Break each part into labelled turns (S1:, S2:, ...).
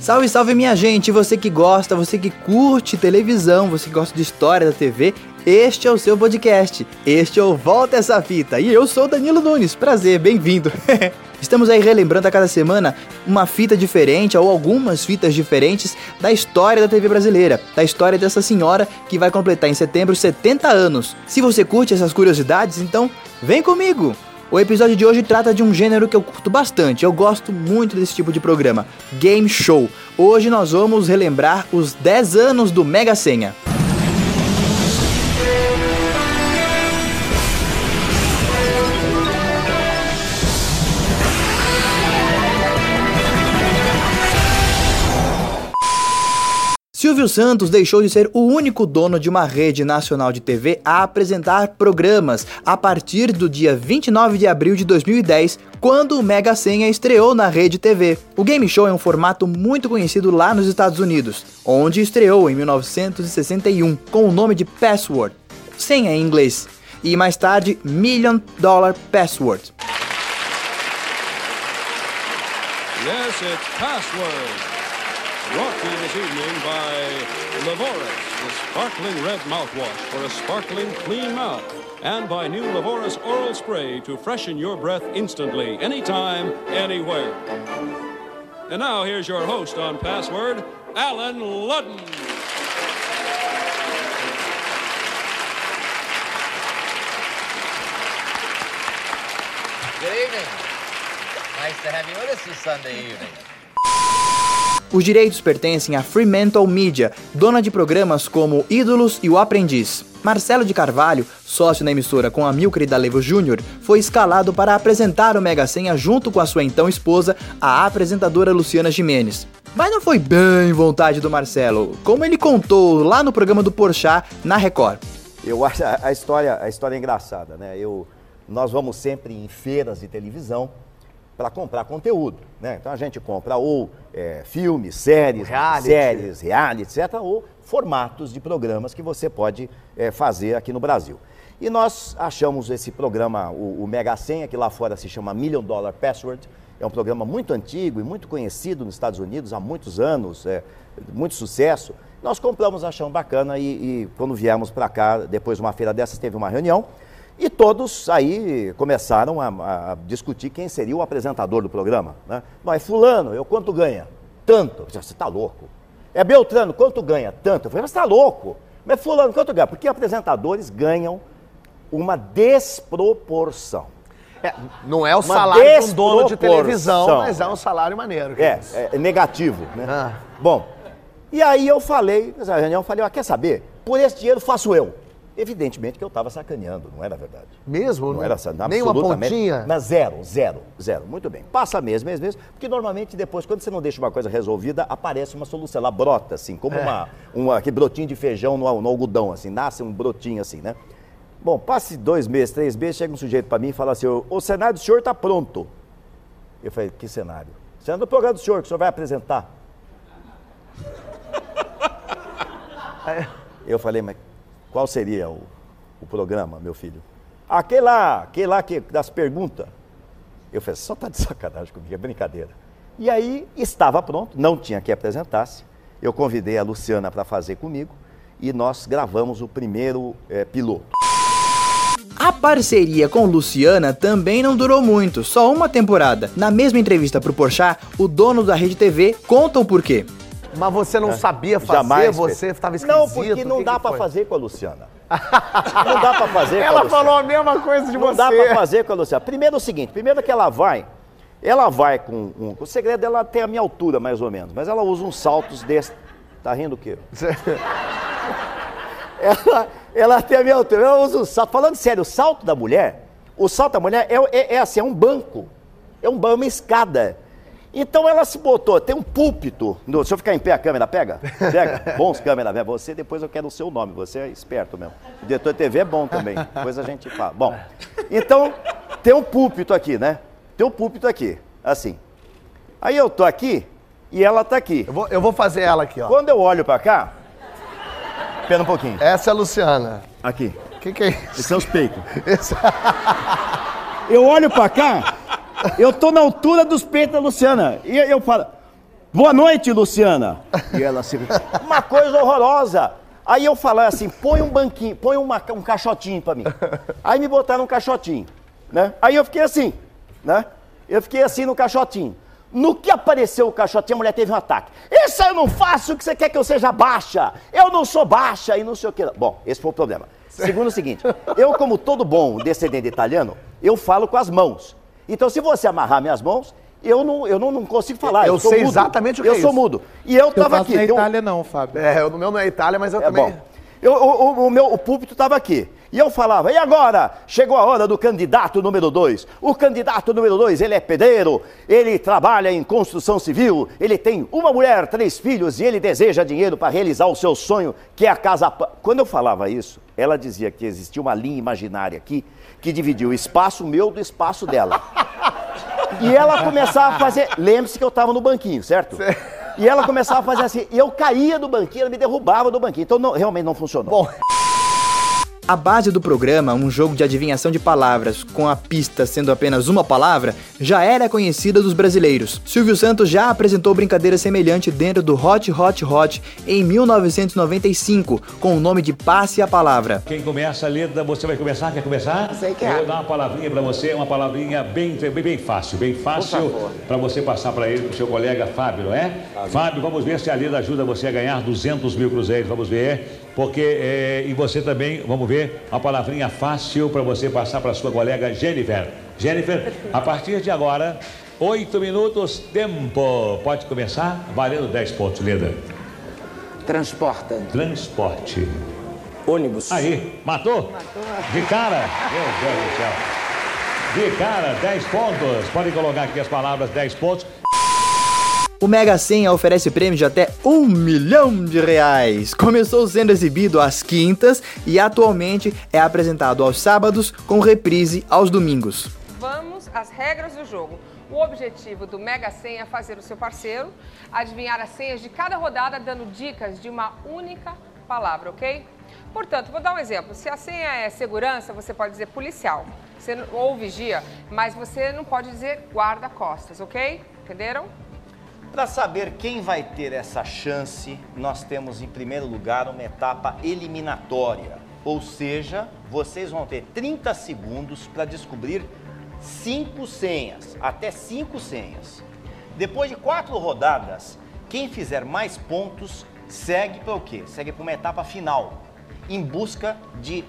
S1: Salve, salve minha gente, você que gosta, você que curte televisão, você que gosta de história da TV, este é o seu podcast. Este é o Volta essa fita. E eu sou o Danilo Nunes. Prazer, bem-vindo. Estamos aí relembrando a cada semana uma fita diferente ou algumas fitas diferentes da história da TV brasileira, da história dessa senhora que vai completar em setembro 70 anos. Se você curte essas curiosidades, então vem comigo. O episódio de hoje trata de um gênero que eu curto bastante, eu gosto muito desse tipo de programa, game show. Hoje nós vamos relembrar os 10 anos do Mega Senha. Silvio Santos deixou de ser o único dono de uma rede nacional de TV a apresentar programas a partir do dia 29 de abril de 2010, quando o Mega Senha estreou na rede TV. O game show é um formato muito conhecido lá nos Estados Unidos, onde estreou em 1961 com o nome de Password, senha em inglês, e mais tarde Million Dollar Password.
S2: Yes, it's Password. Brought to you this evening by Lavoris, the sparkling red mouthwash for a sparkling clean mouth. And by new Lavoris Oral Spray to freshen your breath instantly, anytime, anywhere. And now here's your host on Password, Alan Ludden.
S3: Good evening. Nice to have you with us this Sunday evening.
S1: Os direitos pertencem a Fremantle Media, dona de programas como Ídolos e O Aprendiz. Marcelo de Carvalho, sócio na emissora com Amilcar D'Alevo Jr., foi escalado para apresentar o Mega Senha junto com a sua então esposa, a apresentadora Luciana Jimenez. Mas não foi bem vontade do Marcelo, como ele contou lá no programa do Porchat na Record.
S4: Eu acho a, a história, a história é engraçada, né? Eu, nós vamos sempre em feiras de televisão para comprar conteúdo, né? Então a gente compra ou é, filmes, séries,
S5: Reality.
S4: séries, reality, etc., ou formatos de programas que você pode é, fazer aqui no Brasil. E nós achamos esse programa, o, o Mega Senha, que lá fora se chama Million Dollar Password, é um programa muito antigo e muito conhecido nos Estados Unidos há muitos anos, é, muito sucesso. Nós compramos, achamos bacana e, e quando viemos para cá, depois de uma feira dessas, teve uma reunião e todos aí começaram a, a discutir quem seria o apresentador do programa. Né? Não, é fulano, eu quanto ganha? Tanto. Eu disse, "Ah, Você está louco. É Beltrano, quanto ganha? Tanto. Eu falei, mas está louco. Mas fulano, quanto ganha? Porque apresentadores ganham uma desproporção.
S5: É, não é o
S4: Uma
S5: salário de um dono de
S4: desproporção.
S5: televisão, mas é um salário maneiro.
S4: É, é, é negativo, né?
S5: Ah.
S4: Bom, e aí eu falei, nessa reunião, eu falei, ó, quer saber? Por esse dinheiro faço eu. Evidentemente que eu estava sacaneando, não era verdade.
S5: Mesmo?
S4: Não
S5: né?
S4: era essa,
S5: Nem uma
S4: absolutamente-
S5: pontinha?
S4: Na zero, zero, zero. Muito bem. Passa mês, mês, mês. Porque normalmente depois, quando você não deixa uma coisa resolvida, aparece uma solução. Ela brota, assim, como
S5: É.
S4: uma, uma, aquele brotinho de feijão no, al- no algodão, assim. Nasce um brotinho, assim, né? Bom, passe dois meses, três meses, chega um sujeito para mim e fala assim, "Ô, o cenário do senhor está pronto. Eu falei, que cenário? Cenário do programa do senhor, que o senhor vai apresentar. Eu falei, mas qual seria o, o programa, meu filho? Aquele lá, aquele lá que das perguntas. Eu falei, só tá de sacanagem comigo, é brincadeira. E aí estava pronto, não tinha que apresentar-se. Eu convidei a Luciana para fazer comigo e nós gravamos o primeiro eh, piloto.
S1: A parceria com Luciana também não durou muito, só uma temporada. Na mesma entrevista pro Porchat, o dono da Rede TV conta o porquê.
S5: Mas você não sabia fazer, você
S4: Pedro.
S5: estava esquisito.
S4: É. Não, porque
S5: o
S4: não
S5: que
S4: dá
S5: que
S4: para
S5: foi?
S4: fazer com a Luciana. Não dá para fazer com a
S5: Ela
S4: Luciana.
S5: falou a mesma coisa de
S4: Não
S5: você.
S4: dá para fazer com a Luciana. Primeiro é o seguinte, primeiro é que ela vai, ela vai com um, o segredo dela tem a minha altura mais ou menos, mas ela usa uns saltos desse. Tá rindo o quê? Ela, ela tem a minha altura, ela usa um salto. Falando sério, o salto da mulher, o salto da mulher é, é- é assim, é um banco, é um banco, uma escada. Então ela se botou, tem um púlpito. No, deixa eu ficar em pé, a câmera pega? Pega. Bons câmera, né? Você depois eu quero o seu nome, você é esperto mesmo. O diretor de TV é bom também, depois a gente fala. Bom, então tem um púlpito aqui, né? Tem um púlpito aqui, assim. Aí eu tô aqui e ela tá aqui.
S5: Eu vou, eu vou fazer ela aqui, ó.
S4: Quando eu olho pra cá, pera um pouquinho,
S5: Essa é a Luciana.
S4: aqui.
S5: O que, que é isso?
S4: Seus peitos.
S5: Esse-
S4: Eu olho pra cá, eu tô na altura dos peitos da Luciana. E eu falo, Boa noite, Luciana. E ela assim, uma coisa horrorosa. Aí eu falei assim, põe um banquinho, põe uma- um caixotinho pra mim. Aí me botaram um caixotinho, né? Aí eu fiquei assim, né? Eu fiquei assim no caixotinho. No que apareceu o caixotinho, a mulher teve um ataque. Isso eu não faço, o que você quer que eu seja baixa? Eu não sou baixa e não sei o que. lá. Bom, esse foi o problema. Segundo o seguinte, eu como todo bom descendente italiano, eu falo com as mãos. Então se você amarrar minhas mãos, eu não, eu não, não consigo falar.
S5: Eu
S4: sou
S5: sei
S4: mudo.
S5: exatamente o que
S4: Eu
S5: é
S4: sou
S5: isso.
S4: mudo. E eu
S6: Eu
S4: tava aqui.
S6: na
S4: deu um-
S6: Itália, não, Fábio.
S5: É, o meu não é Itália, mas eu
S4: é
S5: também.
S4: bom. Eu- o, o- o meu o púlpito estava aqui. E eu falava, e agora? Chegou a hora do candidato número dois. O candidato número dois, ele é pedreiro, ele trabalha em construção civil, ele tem uma mulher, três filhos e ele deseja dinheiro para realizar o seu sonho, que é a casa. pa-" Quando eu falava isso, ela dizia que existia uma linha imaginária aqui que dividia o espaço meu do espaço dela. E ela começava a fazer. Lembre-se que eu estava no banquinho, certo? E ela começava a fazer assim. E eu caía do banquinho, ela me derrubava do banquinho. Então não- realmente não funcionou.
S5: Bom,
S1: A base do programa, um jogo de adivinhação de palavras, com a pista sendo apenas uma palavra, já era conhecida dos brasileiros. Silvio Santos já apresentou brincadeira semelhante dentro do Hot Hot Hot em 1995, com o nome de Passe a Palavra.
S7: Quem começa a letra, você vai começar? Quer começar?
S5: Sei que
S7: Eu
S5: é.
S7: vou dar uma palavrinha pra você, uma palavrinha bem, bem, bem fácil, bem fácil pra você passar pra ele, pro seu colega Fábio, não é? Fábio, vamos ver se a Lida ajuda você a ganhar 200 mil cruzeiros, vamos ver. Porque, é, e você também, vamos ver, uma palavrinha fácil pra você passar pra sua colega Jennifer. Jennifer, a partir de agora, oito minutos, tempo. Pode começar? Valendo 10 pontos, Lida.
S8: Transporta.
S7: Transporte.
S8: Ônibus.
S7: Aí, matou? Matou. De cara? Meu Deus do céu. De cara, 10 pontos. Podem colocar aqui as palavras 10 pontos.
S1: O Mega Sena oferece prêmios de até um milhão de reais. Começou sendo exibido às quintas e atualmente é apresentado aos sábados, com reprise aos domingos.
S9: Vamos às regras do jogo. O objetivo do Mega Senha é fazer o seu parceiro adivinhar as senhas de cada rodada, dando dicas de uma única palavra, ok? Portanto, vou dar um exemplo. Se a senha é segurança, você pode dizer policial você não- ou vigia, mas você não pode dizer guarda-costas, ok? Entenderam?
S4: Para saber quem vai ter essa chance, nós temos em primeiro lugar uma etapa eliminatória. Ou seja, vocês vão ter 30 segundos para descobrir cinco senhas, até cinco senhas. Depois de quatro rodadas, quem fizer mais pontos segue para o quê? Segue para uma etapa final, em busca de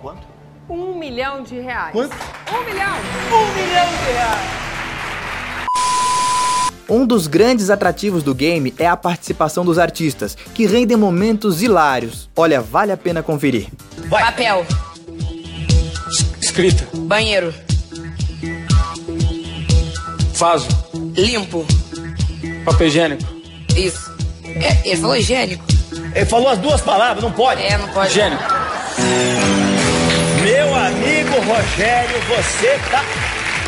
S4: quanto?
S9: Um milhão de reais.
S4: Quanto?
S9: Um milhão!
S1: Um dos grandes atrativos do game é a participação dos artistas, que rendem momentos hilários. Olha, vale a pena conferir.
S8: Papel.
S10: Escrita,
S8: Banheiro.
S10: vaso,
S8: Limpo.
S10: papel higiênico,
S8: Isso. É, ele falou higiênico.
S4: Ele falou as duas palavras, não pode.
S8: É, não pode.
S10: higiênico.
S4: Meu amigo Rogério, você tá.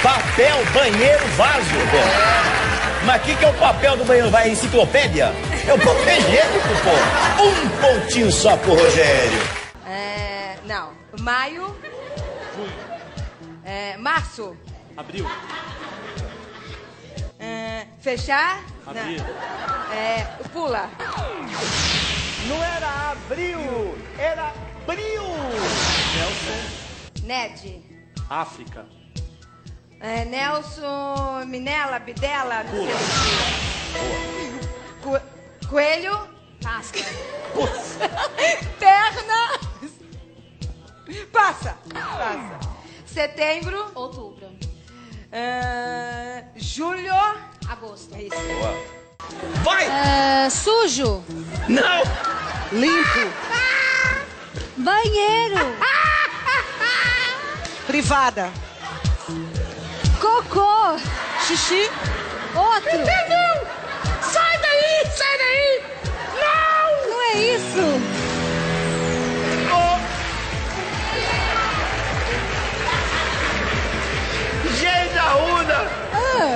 S4: Papel, banheiro, vaso. pô. Mas o que, que é o papel do banheiro? Vai enciclopédia? É o papel higiênico, pô. Um pontinho só pro Rogério.
S11: É, não. Maio. É, março.
S10: Abril,
S11: É, fechar.
S10: Abrir.
S11: Não. É, pula.
S4: Não era abril, era abril.
S11: Ned.
S10: África,
S11: É, Nelson. Minela, Bidela. Não sei. Cu- coelho. Passa. Perna. Passa. Passa. Setembro.
S12: Outubro,
S11: É, julho.
S12: agosto.
S11: É isso.
S12: Ah, sujo,
S8: Limpo.
S12: banheiro,
S8: Privada.
S12: cocô,
S8: Xixi.
S12: outro.
S8: Sai daí, sai daí.
S12: Não é isso.
S4: Gente, Arruda,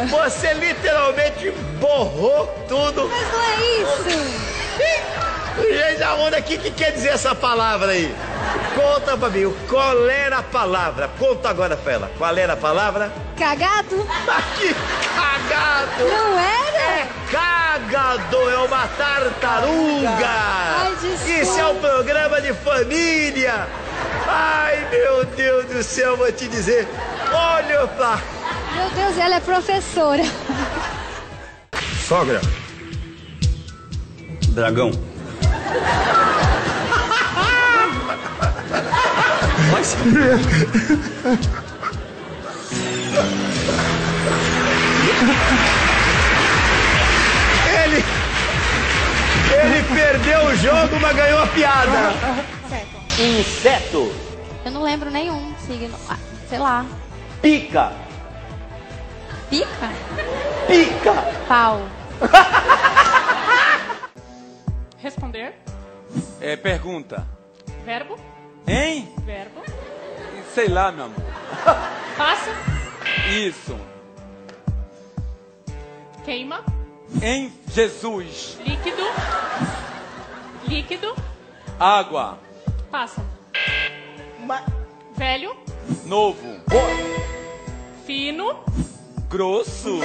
S4: você literalmente borrou tudo.
S12: Mas não é isso.
S4: Gente, Arruda, o que, que quer dizer essa palavra aí? Conta pra mim, qual era a palavra? Conta agora pra ela. Qual era a palavra?
S12: Cagado?
S4: Mas que cagado! É
S12: Não era?
S4: Cagado! Eduardo é uma
S5: Ai,
S4: tartaruga!
S5: desculpa.
S4: Isso é um programa de família! Ai, meu Deus do céu, vou te dizer! Olha pra
S11: Meu Deus, ela é professora.
S13: Sogra. Dragão. Vai se
S4: ele! Ele perdeu o jogo, mas ganhou a piada! Inseto!
S11: Eu não lembro nenhum signo. Ah, sei lá.
S4: Pica!
S11: Pica?
S4: Pica!
S11: Pau.
S9: Responder.
S14: É, pergunta.
S9: Verbo.
S14: Hein?
S9: Verbo.
S14: Sei lá, meu amor.
S9: Passa.
S14: Isso.
S9: Queima.
S14: Em Jesus.
S9: Líquido. Líquido.
S14: Água.
S9: Passa. Velho.
S14: Novo.
S9: Fino.
S14: Grosso.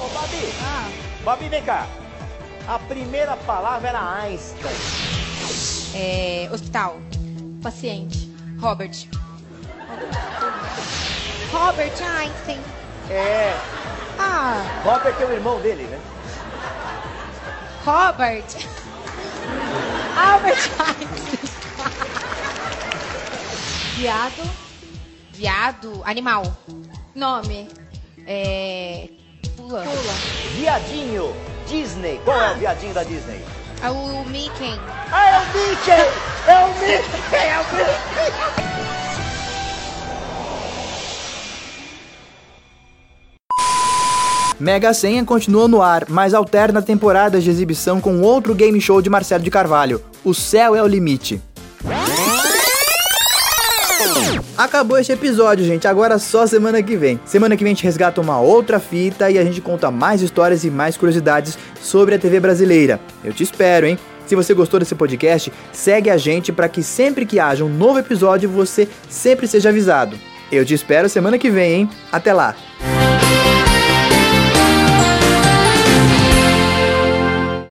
S4: Ô, Babi! Babi, vem cá! A primeira palavra era Einstein.
S15: É, hospital.
S11: Paciente.
S15: Robert.
S11: Robert Einstein.
S4: É.
S11: Ah,
S4: Robert é o irmão dele, né?
S11: Robert. Albert Einstein.
S15: Viado. Viado. Animal. Nome. É. Pula. Pula.
S4: Viadinho Disney. Qual é o viadinho da Disney?
S15: É o Mickey.
S4: Ah, é o Mickey! É o Mickey! É o Mickey!
S1: Mega Senha continua no ar, mas alterna temporadas de exibição com outro game show de Marcelo de Carvalho, O Céu é o Limite. Acabou este episódio, gente. Agora só semana que vem. Semana que vem a gente resgata uma outra fita e a gente conta mais histórias e mais curiosidades sobre a TV brasileira. Eu te espero, hein? Se você gostou desse podcast, segue a gente para que sempre que haja um novo episódio você sempre seja avisado. Eu te espero semana que vem, hein? Até lá!